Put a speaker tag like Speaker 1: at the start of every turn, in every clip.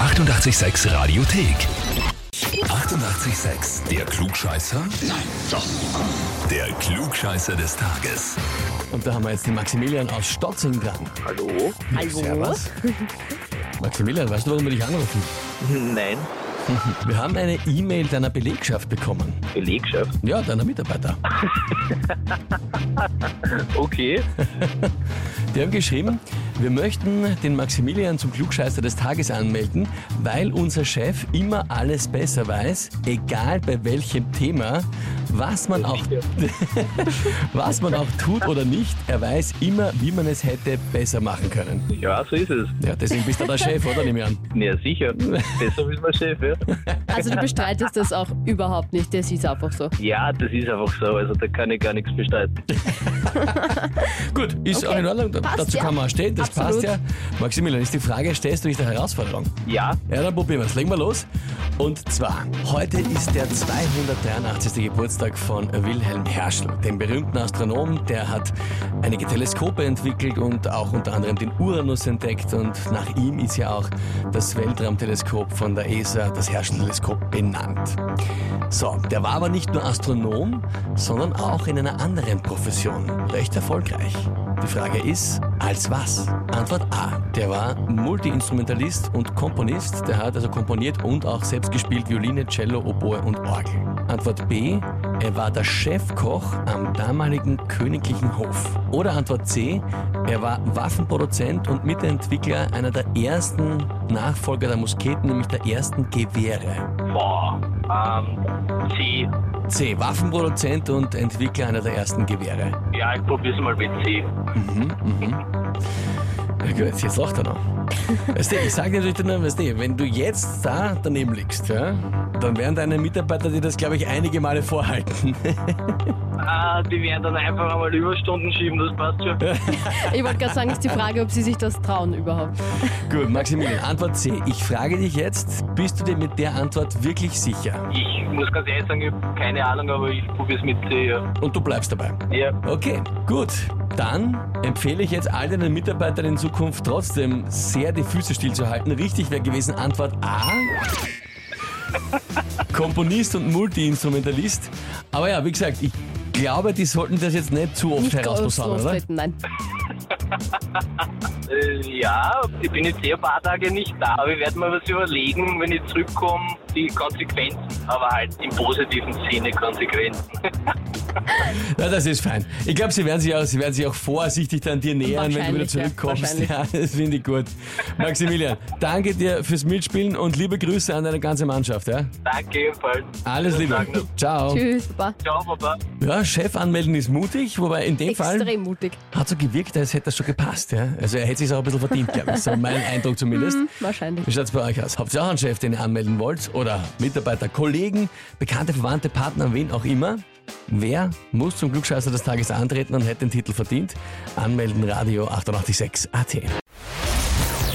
Speaker 1: 886 Radiothek. 88,6. Der Klugscheißer? Nein, doch. Der Klugscheißer des Tages.
Speaker 2: Und da haben wir jetzt den Maximilian aus Stotzing dran.
Speaker 3: Hallo?
Speaker 4: Hallo?
Speaker 2: Servus. Maximilian, weißt du, warum wir dich anrufen?
Speaker 3: Nein.
Speaker 2: Wir haben eine E-Mail deiner Belegschaft bekommen.
Speaker 3: Belegschaft.
Speaker 2: Ja, deiner Mitarbeiter.
Speaker 3: Okay.
Speaker 2: Die haben geschrieben, wir möchten den Maximilian zum Klugscheißer des Tages anmelden, weil unser Chef immer alles besser weiß, egal bei welchem Thema, was man auch, was man auch tut oder nicht, er weiß immer, wie man es hätte besser machen können.
Speaker 3: Ja, so ist es.
Speaker 2: Ja, deswegen bist du der Chef, oder? Nehme ich an.
Speaker 3: Ja, sicher. Besser ist mein Chef, ja.
Speaker 4: Also du bestreitest das auch überhaupt nicht, das ist einfach so.
Speaker 3: Ja, das ist einfach so. Also da kann ich gar nichts bestreiten.
Speaker 2: Gut, ist auch in Ordnung, da-
Speaker 4: passt,
Speaker 2: dazu
Speaker 4: ja.
Speaker 2: kann man auch stehen, das
Speaker 4: Absolut.
Speaker 2: passt ja. Maximilian, ist die Frage, stellst du dich der Herausforderung?
Speaker 3: Ja,
Speaker 2: Ja, dann probieren wir es. Legen wir los. Und zwar, heute ist der 283. Geburtstag von Wilhelm Herschel, dem berühmten Astronomen. Der hat einige Teleskope entwickelt und auch unter anderem den Uranus entdeckt. Und nach ihm ist ja auch das Weltraumteleskop von der ESA, das Herschel-Teleskop, benannt. So, der war aber nicht nur Astronom, sondern auch in einer anderen Profession recht erfolgreich. Die Frage ist, als was? Antwort A. Der war Multiinstrumentalist und Komponist. Der hat also komponiert und auch selbst gespielt Violine, Cello, Oboe und Orgel. Antwort B. Er war der Chefkoch am damaligen königlichen Hof. Oder Antwort C. Er war Waffenproduzent und Mitentwickler einer der ersten Nachfolger der Musketen, nämlich der ersten Gewehre.
Speaker 3: boah. Ähm, C.
Speaker 2: C. Waffenproduzent und Entwickler einer der ersten Gewehre.
Speaker 3: Ja, ich probier's mal mit C.
Speaker 2: Mhm, mhm. Ja, gut, jetzt lacht er noch. Weißt du, ich sage dir natürlich nur, weißt du, wenn du jetzt da daneben liegst, ja, dann werden deine Mitarbeiter dir das, glaube ich, einige Male vorhalten.
Speaker 3: Ah, die werden dann einfach einmal Überstunden schieben, das passt schon.
Speaker 4: Ich wollte gerade sagen, ist die Frage, ob sie sich das trauen überhaupt.
Speaker 2: gut, Maximilian, Antwort C. Ich frage dich jetzt, bist du dir mit der Antwort wirklich sicher?
Speaker 3: Ich muss ganz ehrlich sagen, ich hab keine Ahnung, aber ich probier's mit C, ja.
Speaker 2: Und du bleibst dabei.
Speaker 3: Ja,
Speaker 2: Okay, gut. Dann empfehle ich jetzt all deinen Mitarbeitern in Zukunft trotzdem sehr die Füße stillzuhalten. Richtig wäre gewesen Antwort A. Komponist und Multiinstrumentalist. Aber ja, wie gesagt, ich glaube, die sollten das jetzt nicht zu oft
Speaker 4: Nicht groß
Speaker 2: herausposaunen, oder?
Speaker 4: lostreten, nein.
Speaker 3: äh, ja, ich bin jetzt eh ein paar Tage nicht da, aber ich werde mir was überlegen, wenn ich zurückkomme, die Konsequenzen, aber halt im positiven Sinne Konsequenzen.
Speaker 2: Ja, das ist fein. Ich glaube, sie werden sich auch, sie werden sich auch vorsichtig dann dir nähern, wenn du wieder
Speaker 4: Wahrscheinlich, ja,
Speaker 2: zurückkommst.
Speaker 4: wahrscheinlich.
Speaker 2: Ja, das finde ich gut. Maximilian, danke dir fürs Mitspielen und liebe Grüße an deine ganze Mannschaft. Ja?
Speaker 3: Danke ebenfalls.
Speaker 2: Alles
Speaker 3: Schönen
Speaker 2: Liebe.
Speaker 3: Tag noch.
Speaker 2: Ciao.
Speaker 4: Tschüss, Baba.
Speaker 3: Ciao, Papa.
Speaker 2: Ja, Chef anmelden ist mutig, wobei in dem Fall
Speaker 4: Extrem mutig.
Speaker 2: hat so gewirkt, als hätte das schon gepasst. Ja? Also er hätte sich auch ein bisschen verdient, glaube ich. So mein Eindruck zumindest.
Speaker 4: Hm, wahrscheinlich.
Speaker 2: Wie schaut's bei euch aus? Habt ihr auch einen Chef, den ihr anmelden wollt? Oder Mitarbeiter, Kollegen, Bekannte, Verwandte, Partner, wen auch immer? Wer muss zum Glücksscheißer des Tages antreten und hätte den Titel verdient? Anmelden Radio 886 AT.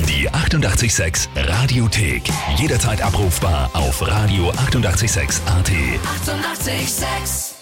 Speaker 1: Die 88,6 Radiothek. Jederzeit abrufbar auf radio886.at. 88,6.
Speaker 5: Eighty-eight, sex.